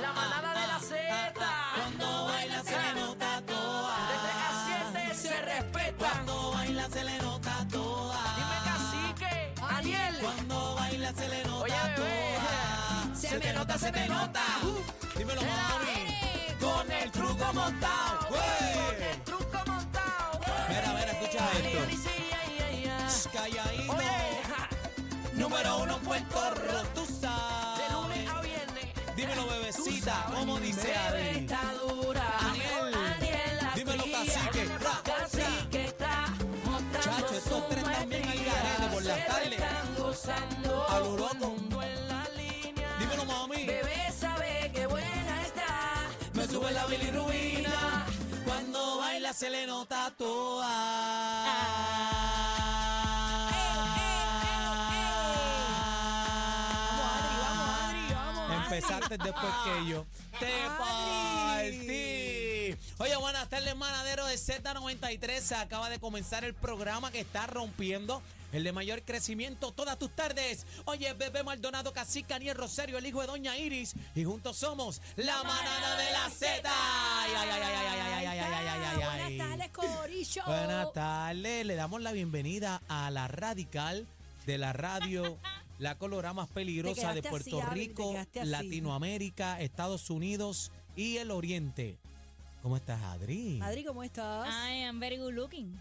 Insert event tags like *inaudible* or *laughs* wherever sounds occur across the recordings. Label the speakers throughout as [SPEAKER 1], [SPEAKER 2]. [SPEAKER 1] La manada de la Z. Cuando baila se le nota toda. De 3 a 7 se respeta. Cuando baila se le nota toda. Dime cacique, Ariel. Cuando baila se le nota toda. Se, me nota, se me nota. Dímelo, mami. Con el truco montado. Con el truco montado. Mira, mira, escucha esto. Calladito. Número uno en Puerto Rico, tú sabes. De lunes a viernes. Dímelo, bebecita, ¿cómo dice Adel? está dura. Dímelo, cacique. Ra, Cacique está Chacho, estos tres también al garete por la tarde. A lo loco. Dímelo, mami. Bebé sabe que buena está. Me sube la bilirrubina. Cuando baila se le nota Ah. toda. Empezaste después que yo. Te partí. Oye, buenas tardes, manadero de Z93. Acaba de comenzar el programa que está rompiendo. El de mayor crecimiento todas tus tardes. Oye, bebé Maldonado, Cacica, Aniel Rosario, el hijo de Doña Iris. Y juntos somos la manada de la Z. Ay, ay, ay, ay, ay, ay, ay, ay, ay, ay, ay.
[SPEAKER 2] Buenas tardes, Corillo.
[SPEAKER 1] Buenas tardes, le damos la bienvenida a la radical de la
[SPEAKER 2] *laughs*
[SPEAKER 1] radio, la colora más peligrosa de
[SPEAKER 2] Te quedaste
[SPEAKER 1] Puerto
[SPEAKER 2] así, Abby, te
[SPEAKER 1] Rico,
[SPEAKER 2] quedaste así.
[SPEAKER 1] Latinoamérica, Estados Unidos y el Oriente. ¿Cómo estás, Adri?
[SPEAKER 2] Madrid, ¿cómo estás?
[SPEAKER 3] I am very good looking.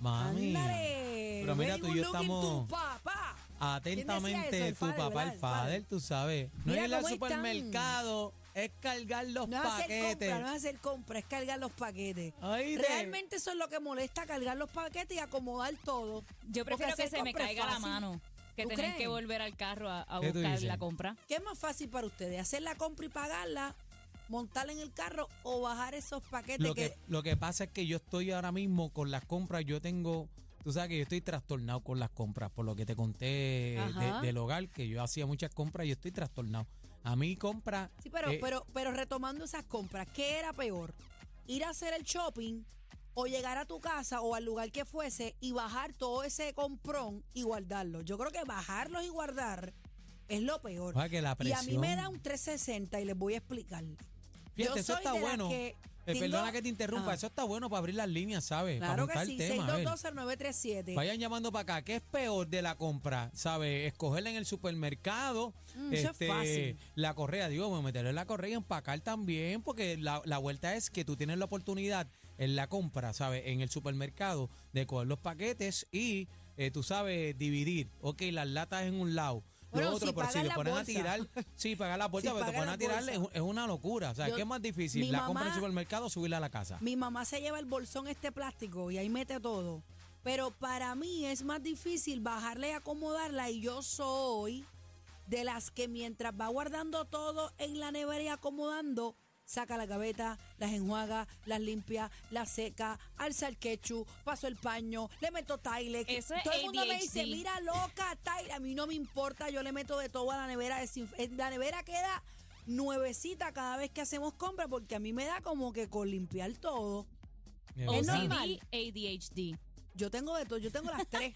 [SPEAKER 1] Mami.
[SPEAKER 2] Ándale.
[SPEAKER 1] Pero mira,
[SPEAKER 2] Very
[SPEAKER 1] tú y
[SPEAKER 2] good
[SPEAKER 1] yo
[SPEAKER 2] looking,
[SPEAKER 1] estamos-
[SPEAKER 2] tu papá. ¿Quién decía
[SPEAKER 1] Atentamente,
[SPEAKER 2] eso?
[SPEAKER 1] tu
[SPEAKER 2] El padre,
[SPEAKER 1] papá,
[SPEAKER 2] ¿verdad?
[SPEAKER 1] el
[SPEAKER 2] El
[SPEAKER 1] father,
[SPEAKER 2] padre.
[SPEAKER 1] tú sabes. No
[SPEAKER 2] Mira
[SPEAKER 1] ir al
[SPEAKER 2] cómo están.
[SPEAKER 1] supermercado, es cargar los
[SPEAKER 2] No es hacer
[SPEAKER 1] paquetes.
[SPEAKER 2] compra, no es hacer compra, es cargar los paquetes.
[SPEAKER 1] Oíste.
[SPEAKER 2] Realmente eso es lo que molesta, cargar los paquetes y acomodar todo. Porque
[SPEAKER 3] Yo prefiero que
[SPEAKER 2] hacer
[SPEAKER 3] se me
[SPEAKER 2] compra es
[SPEAKER 3] caiga la
[SPEAKER 2] fácil.
[SPEAKER 3] mano que
[SPEAKER 2] ¿Tú
[SPEAKER 3] tener
[SPEAKER 2] crees?
[SPEAKER 3] que volver al carro a, a
[SPEAKER 1] ¿Qué tú
[SPEAKER 3] buscar
[SPEAKER 1] dices?
[SPEAKER 3] la compra.
[SPEAKER 2] ¿Qué es más fácil para ustedes? ¿Hacer la compra y pagarla? ¿Montarla en el carro o bajar esos paquetes
[SPEAKER 1] lo que, lo que pasa es que yo estoy ahora mismo con las compras, yo tengo, tú sabes que yo estoy trastornado con las compras, por lo que te conté
[SPEAKER 2] Ajá.
[SPEAKER 1] de- del hogar, que yo hacía muchas compras y yo estoy trastornado. A mí compra...
[SPEAKER 2] Sí, pero,
[SPEAKER 1] eh,
[SPEAKER 2] pero, pero retomando esas compras, ¿qué era peor? ¿Ir a hacer el shopping o llegar a tu casa o al lugar que fuese y bajar todo ese comprón y guardarlo? Yo creo que bajarlos y guardar es lo peor.
[SPEAKER 1] Ah, que la
[SPEAKER 2] y a mí me
[SPEAKER 1] presión.
[SPEAKER 2] da un 360 y les voy a explicar.
[SPEAKER 1] Fíjate,
[SPEAKER 2] yo
[SPEAKER 1] eso
[SPEAKER 2] soy
[SPEAKER 1] está
[SPEAKER 2] de las
[SPEAKER 1] bueno.
[SPEAKER 2] que
[SPEAKER 1] Eh,
[SPEAKER 2] tengo-
[SPEAKER 1] Perdona que te interrumpa,
[SPEAKER 2] Ah.
[SPEAKER 1] eso está bueno para abrir las líneas, ¿sabes?
[SPEAKER 2] Claro
[SPEAKER 1] para
[SPEAKER 2] que
[SPEAKER 1] montar
[SPEAKER 2] sí,
[SPEAKER 1] el tema. a ver.
[SPEAKER 2] 6220937.
[SPEAKER 1] Vayan llamando para acá. ¿Qué es peor de la compra? ¿Sabes? Escogerla en el supermercado. este,
[SPEAKER 2] Mm, eso es fácil.
[SPEAKER 1] La correa, digo, meterla en la correa y empacar también, porque la, la vuelta es que tú tienes la oportunidad en la compra, ¿sabes? En el supermercado de coger los paquetes y, eh, tú sabes, dividir. Ok, las latas en un lado.
[SPEAKER 2] Bueno,
[SPEAKER 1] lo otro,
[SPEAKER 2] si
[SPEAKER 1] pero si
[SPEAKER 2] pagas
[SPEAKER 1] le
[SPEAKER 2] la
[SPEAKER 1] ponen a
[SPEAKER 2] bolsa. *laughs*
[SPEAKER 1] tirar, sí, pagar la bolsa,
[SPEAKER 2] Si
[SPEAKER 1] pero te
[SPEAKER 2] pagas
[SPEAKER 1] ponen
[SPEAKER 2] la
[SPEAKER 1] a tirar, es,
[SPEAKER 2] bolsa.
[SPEAKER 1] es una locura. O sea,
[SPEAKER 2] Yo-
[SPEAKER 1] ¿qué es más difícil?
[SPEAKER 2] mi
[SPEAKER 1] La compra en el
[SPEAKER 2] mamá-
[SPEAKER 1] supermercado o subirla a la casa.
[SPEAKER 2] Mi mamá se lleva el bolsón este plástico y ahí mete todo. Pero para mí es más difícil bajarle y acomodarla y yo soy de las que mientras va guardando todo en la nevera y acomodando, saca la gaveta, las enjuaga, las limpia, las seca, alza el ketchup, paso el paño, le meto Tylex.
[SPEAKER 3] Eso es
[SPEAKER 2] todo el mundo me dice,
[SPEAKER 3] ADHD.
[SPEAKER 2] mira loca, Tylex. A mí no me importa, yo le meto de todo a la nevera. desinf- eh, La nevera queda nuevecita cada vez que hacemos compra porque a mí me da como que con limpiar todo.
[SPEAKER 1] De
[SPEAKER 2] Es
[SPEAKER 1] verdad.
[SPEAKER 2] normal.
[SPEAKER 3] OCD, ADHD.
[SPEAKER 2] Yo tengo de todo, yo tengo las
[SPEAKER 3] *laughs*
[SPEAKER 2] tres.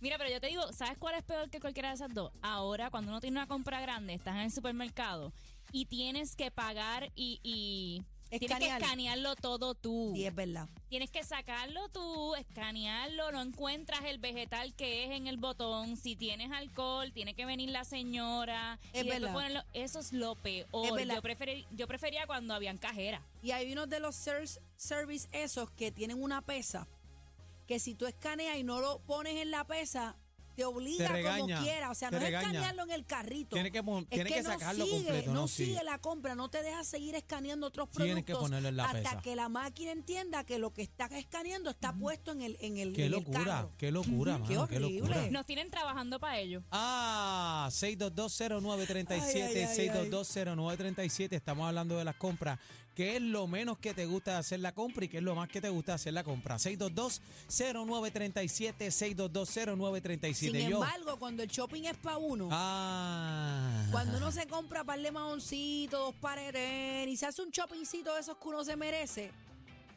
[SPEAKER 3] Mira, pero yo te digo, ¿sabes cuál es peor que cualquiera de esas dos? Ahora, cuando uno tiene una compra grande, estás en el supermercado y tienes que pagar y, y Tienes
[SPEAKER 2] Escanear.
[SPEAKER 3] que escanearlo todo tú.
[SPEAKER 2] Sí, es verdad.
[SPEAKER 3] Tienes que sacarlo tú, escanearlo, no encuentras el vegetal que es en el botón. Si tienes alcohol, tiene que venir la señora.
[SPEAKER 2] Es
[SPEAKER 3] y después
[SPEAKER 2] verdad.
[SPEAKER 3] ponerlo- Eso es lo
[SPEAKER 2] Es
[SPEAKER 3] peor.
[SPEAKER 2] verdad.
[SPEAKER 3] yo, preferí- yo prefería cuando habían cajera.
[SPEAKER 2] Y hay unos de los ser- service esos que tienen una pesa que si tú escaneas y no lo pones en la pesa, te obliga
[SPEAKER 1] Te regaña,
[SPEAKER 2] como quiera. O sea,
[SPEAKER 1] te
[SPEAKER 2] no es
[SPEAKER 1] regaña.
[SPEAKER 2] escanearlo en el carrito.
[SPEAKER 1] Tienes que pon-
[SPEAKER 2] Es
[SPEAKER 1] tienes que
[SPEAKER 2] no
[SPEAKER 1] sacarlo
[SPEAKER 2] sigue,
[SPEAKER 1] completo,
[SPEAKER 2] No,
[SPEAKER 1] no
[SPEAKER 2] sigue.
[SPEAKER 1] sigue.
[SPEAKER 2] la compra, no te deja seguir escaneando otros productos
[SPEAKER 1] Tienes que ponerlo en la
[SPEAKER 2] hasta
[SPEAKER 1] pesa.
[SPEAKER 2] que la máquina entienda que lo que está escaneando está puesto en el en el,
[SPEAKER 1] Qué
[SPEAKER 2] en el
[SPEAKER 1] locura,
[SPEAKER 2] carro.
[SPEAKER 1] qué locura,
[SPEAKER 2] Ujú,
[SPEAKER 1] mano,
[SPEAKER 2] qué
[SPEAKER 1] qué locura.
[SPEAKER 2] horrible.
[SPEAKER 3] Nos tienen trabajando para ello.
[SPEAKER 1] Ah, 6220937,
[SPEAKER 2] Ay, ay, ay, ay.
[SPEAKER 1] 6220937, estamos hablando de las compras. ¿Qué es lo menos que te gusta de hacer la compra y qué es lo más que te gusta de hacer la compra? 6220937, 6220937.
[SPEAKER 2] Sin
[SPEAKER 1] Yo-
[SPEAKER 2] embargo, cuando el shopping es para uno,
[SPEAKER 1] Ah.
[SPEAKER 2] Cuando uno se compra par de mahoncitos, dos pares de tenis, se hace un shoppingcito de esos que uno se merece,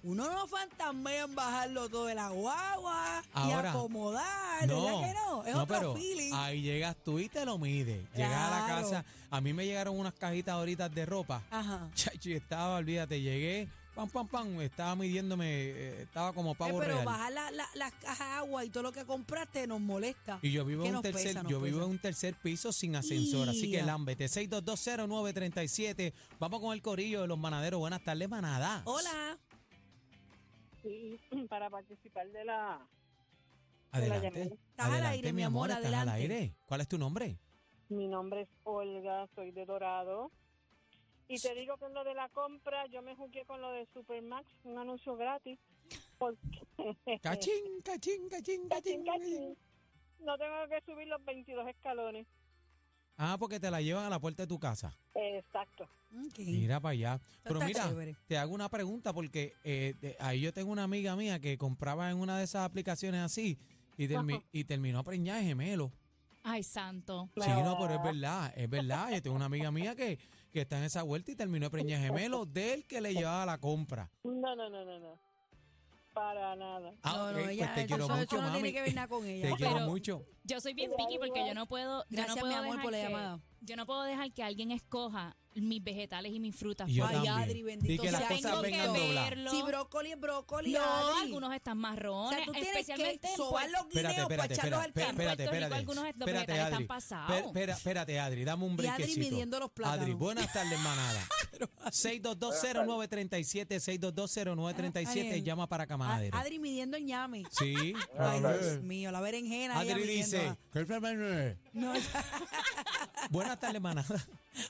[SPEAKER 2] uno no fantasmea en bajarlo todo de la guagua y
[SPEAKER 1] Ahora,
[SPEAKER 2] acomodar, ¿verdad que no? Es
[SPEAKER 1] no,
[SPEAKER 2] otro
[SPEAKER 1] pero
[SPEAKER 2] feeling.
[SPEAKER 1] Ahí llegas tú y te lo mides. Llegas a la
[SPEAKER 2] Claro.
[SPEAKER 1] casa. A mí me llegaron unas cajitas ahorita de ropa. *laughs*
[SPEAKER 2] Ajá.
[SPEAKER 1] Chacho, y estaba, olvídate, llegué, pam, pam, pam, estaba midiéndome, eh, estaba como
[SPEAKER 2] Eh,
[SPEAKER 1] pavo
[SPEAKER 2] pero
[SPEAKER 1] real.
[SPEAKER 2] bajar la- la- las cajas de agua y todo lo que compraste nos molesta.
[SPEAKER 1] Y yo vivo
[SPEAKER 2] ¿Qué
[SPEAKER 1] en un
[SPEAKER 2] nos
[SPEAKER 1] tercer,
[SPEAKER 2] pesa, nos
[SPEAKER 1] yo vivo
[SPEAKER 2] pesa?
[SPEAKER 1] en un tercer piso sin ascensor, así que
[SPEAKER 2] Ya.
[SPEAKER 1] lámbete. 6220937. Vamos con el corillo de los manaderos. Buenas tardes, manada.
[SPEAKER 2] Hola.
[SPEAKER 4] Sí, *clears throat* para participar de la...
[SPEAKER 1] Adelante.
[SPEAKER 4] llamada.
[SPEAKER 2] Estás al
[SPEAKER 1] Adelante,
[SPEAKER 2] aire, mi amor,
[SPEAKER 1] estás al
[SPEAKER 2] adelante.
[SPEAKER 1] aire. ¿Cuál es tu nombre?
[SPEAKER 4] Mi nombre es Olga, soy de Dorado. Y te digo que en lo de la compra, yo me jugué con lo de Supermax, un anuncio gratis.
[SPEAKER 2] Este.
[SPEAKER 4] Porque...
[SPEAKER 1] Cachín, cachín, cachín,
[SPEAKER 4] Cachín,
[SPEAKER 1] cachín.
[SPEAKER 4] cachín. No tengo que subir los 22 escalones.
[SPEAKER 1] Ah, porque te la llevan a la puerta de tu casa.
[SPEAKER 4] Exacto.
[SPEAKER 2] Ok.
[SPEAKER 1] Mira para allá. Pero
[SPEAKER 2] está
[SPEAKER 1] mira,
[SPEAKER 2] chévere.
[SPEAKER 1] te hago una pregunta porque eh, de- ahí yo tengo una amiga mía que compraba en una de esas aplicaciones así y, termi-
[SPEAKER 4] Ajá.
[SPEAKER 1] y terminó preñada de gemelo.
[SPEAKER 3] Ay, santo.
[SPEAKER 1] Sí, no, pero es verdad, es verdad. Yo tengo una amiga mía que, que está en esa vuelta y terminó de preñar gemelo del que le llevaba la compra.
[SPEAKER 4] No, no, no, no, no. Para nada.
[SPEAKER 1] Ah, ok,
[SPEAKER 2] no, no,
[SPEAKER 1] pues
[SPEAKER 2] ella,
[SPEAKER 1] te
[SPEAKER 2] eso-
[SPEAKER 1] quiero
[SPEAKER 2] eso,
[SPEAKER 1] mucho,
[SPEAKER 2] no
[SPEAKER 1] mami.
[SPEAKER 2] tiene que ver nada con ella.
[SPEAKER 1] Te quiero
[SPEAKER 3] Pero-
[SPEAKER 1] mucho.
[SPEAKER 3] Yo soy bien piqui porque yo no puedo. yo no
[SPEAKER 2] Gracias,
[SPEAKER 3] puedo
[SPEAKER 2] mi amor,
[SPEAKER 3] dejar
[SPEAKER 2] por la
[SPEAKER 3] que-
[SPEAKER 2] llamada.
[SPEAKER 3] Yo no puedo dejar que alguien escoja mis vegetales y mis frutas.
[SPEAKER 1] Y yo
[SPEAKER 2] Ay,
[SPEAKER 1] también.
[SPEAKER 2] Adri, ah, bendito
[SPEAKER 1] y que las
[SPEAKER 2] sea.
[SPEAKER 1] cosas
[SPEAKER 3] Tengo que
[SPEAKER 1] vengan dobladas.
[SPEAKER 3] verlo.
[SPEAKER 2] Si brócoli es brócoli,
[SPEAKER 3] no,
[SPEAKER 2] Adri.
[SPEAKER 3] algunos están
[SPEAKER 2] O
[SPEAKER 3] marrones,
[SPEAKER 2] sea, tú tienes que
[SPEAKER 3] especialmente en
[SPEAKER 2] sobar
[SPEAKER 3] Puerto-
[SPEAKER 2] pues los guineos para echarlos al
[SPEAKER 1] espérate, espérate,
[SPEAKER 2] carro.
[SPEAKER 3] En Puerto Rico
[SPEAKER 1] espérate.
[SPEAKER 3] algunos est- los
[SPEAKER 1] Espérate,
[SPEAKER 3] vegetales están
[SPEAKER 1] Adri.
[SPEAKER 3] pasados.
[SPEAKER 1] Per- espera- Espérate, Adri, dame un
[SPEAKER 2] Y Adri
[SPEAKER 1] brequecito.
[SPEAKER 2] midiendo los plátanos.
[SPEAKER 1] Adri,
[SPEAKER 2] *laughs*
[SPEAKER 1] buenas tardes, manada. 6220937,
[SPEAKER 2] Ah, Ariel.
[SPEAKER 1] 6220937, llama para acá,
[SPEAKER 2] Ah,
[SPEAKER 1] manadero.
[SPEAKER 2] Adri midiendo el ñame.
[SPEAKER 1] Sí.
[SPEAKER 2] Ay,
[SPEAKER 1] Adri.
[SPEAKER 2] Dios mío, la berenjena. ella
[SPEAKER 1] Adri
[SPEAKER 2] midiendo,
[SPEAKER 1] dice.
[SPEAKER 2] ah.
[SPEAKER 1] "¿Qué problema es?" *laughs*
[SPEAKER 2] No,
[SPEAKER 1] Buenas tardes, manada.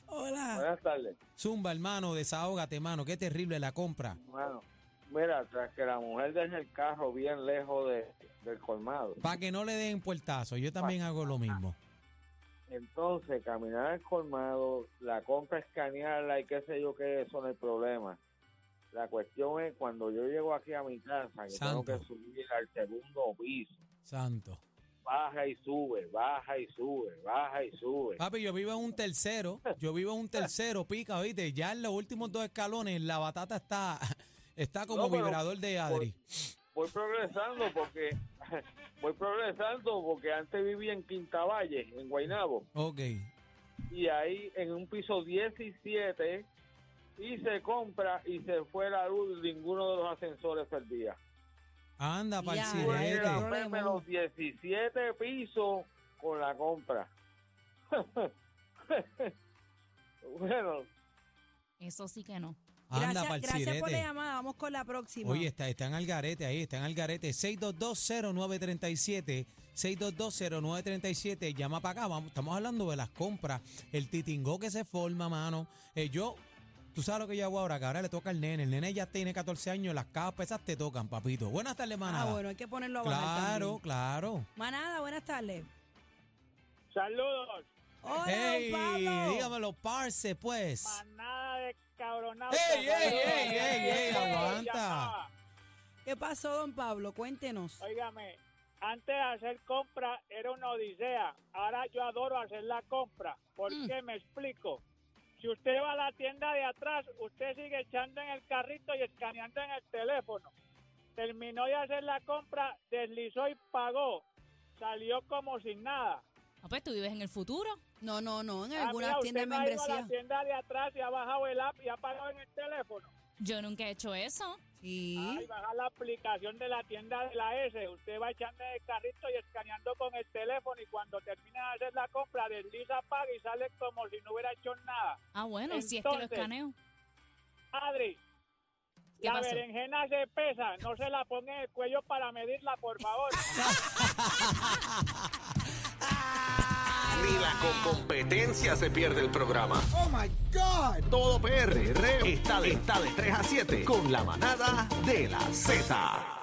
[SPEAKER 2] hola.
[SPEAKER 5] Buenas tardes.
[SPEAKER 1] Zumba, hermano, desahógate, hermano. Qué terrible la compra.
[SPEAKER 5] Bueno, mira, tras que la mujer deje el carro bien lejos de, del colmado,
[SPEAKER 1] Para que no le den puertazo, yo también hago lo mismo.
[SPEAKER 5] entonces caminar al colmado, la compra escanearla y qué sé yo qué, eso no es problema. La cuestión es cuando yo llego aquí a mi casa, que
[SPEAKER 1] Santo.
[SPEAKER 5] tengo que subir al segundo piso,
[SPEAKER 1] Santo.
[SPEAKER 5] baja y sube, baja y sube, baja y sube.
[SPEAKER 1] Papi, yo vivo en un tercero. Yo vivo en un tercero, pica, ¿viste? Ya en los últimos dos escalones la batata está, está como
[SPEAKER 5] No, pero
[SPEAKER 1] vibrador de Adri.
[SPEAKER 5] Voy progresando porque *laughs* voy progresando porque antes vivía en Quintavalle, en Guaynabo.
[SPEAKER 1] Ok.
[SPEAKER 5] y ahí en un piso 17 y se compra y se fue la luz ninguno de los ascensores servía.
[SPEAKER 1] Anda, para
[SPEAKER 2] Ya.
[SPEAKER 1] el
[SPEAKER 2] Bueno,
[SPEAKER 5] Tuve que
[SPEAKER 1] sirete.
[SPEAKER 2] Problema.
[SPEAKER 5] lavarme los 17 pisos con la compra. *laughs* bueno,
[SPEAKER 3] Eso sí que no.
[SPEAKER 1] Anda, para
[SPEAKER 2] gracias
[SPEAKER 1] el
[SPEAKER 2] gracias por la
[SPEAKER 1] sirete.
[SPEAKER 2] llamada. Vamos con la próxima.
[SPEAKER 1] Oye, está, están al garete ahí, están al garete. 6220937, 6220937, llama para acá. Vamos, estamos hablando de las compras, el titingó que se forma, mano. Eh, yo, tú sabes lo que yo hago ahora, que ahora le toca al nene. El nene ya tiene 14 años, las capas esas te tocan, papito. Buenas tardes, manada.
[SPEAKER 2] ah, bueno, hay que ponerlo a bajar
[SPEAKER 1] claro,
[SPEAKER 2] también.
[SPEAKER 1] claro.
[SPEAKER 2] Manada, buenas tardes.
[SPEAKER 4] Saludos.
[SPEAKER 2] Hola,
[SPEAKER 1] Ey,
[SPEAKER 2] don Pablo.
[SPEAKER 1] dígamelo, parce, pues.
[SPEAKER 4] Manada de cabronazo.
[SPEAKER 1] Ey, ey,
[SPEAKER 2] Saludos.
[SPEAKER 1] ey, ey, ey, aguanta.
[SPEAKER 4] Llamada.
[SPEAKER 2] ¿Qué pasó, don Pablo? Cuéntenos.
[SPEAKER 4] Óigame, antes de hacer compra era una odisea. Ahora yo adoro hacer la compra. ¿Por
[SPEAKER 2] Mm.
[SPEAKER 4] qué? Me explico. Si usted va a la tienda de atrás, usted sigue echando en el carrito y escaneando en el teléfono. Terminó de hacer la compra, deslizó y pagó. Salió como sin nada.
[SPEAKER 3] Ah, pues tú vives en el futuro.
[SPEAKER 2] No, no, no, en
[SPEAKER 4] Ah, mira,
[SPEAKER 2] algunas
[SPEAKER 4] usted
[SPEAKER 2] tiendas de
[SPEAKER 4] no ha ido a la
[SPEAKER 2] membresía.
[SPEAKER 4] tienda de atrás y ha bajado el app y ha pagado en el teléfono.
[SPEAKER 3] Yo nunca he hecho eso.
[SPEAKER 2] Sí.
[SPEAKER 4] Ay, baja la aplicación de la tienda de la S. Usted va echando el carrito y escaneando con el teléfono y cuando termina de hacer la compra desliza, paga y sale como si no hubiera hecho nada.
[SPEAKER 3] Ah, bueno, si es que lo
[SPEAKER 4] Entonces,
[SPEAKER 3] escaneo.
[SPEAKER 4] Adri,
[SPEAKER 3] ¿Qué
[SPEAKER 4] la
[SPEAKER 3] pasó?
[SPEAKER 4] berenjena se pesa. No se la ponga en el cuello para medirla, por
[SPEAKER 3] *laughs*
[SPEAKER 4] favor.
[SPEAKER 6] Ni la con competencia se pierde el programa. Oh my God. Todo PR está de, está de 3 a 7 con la manada de la Z.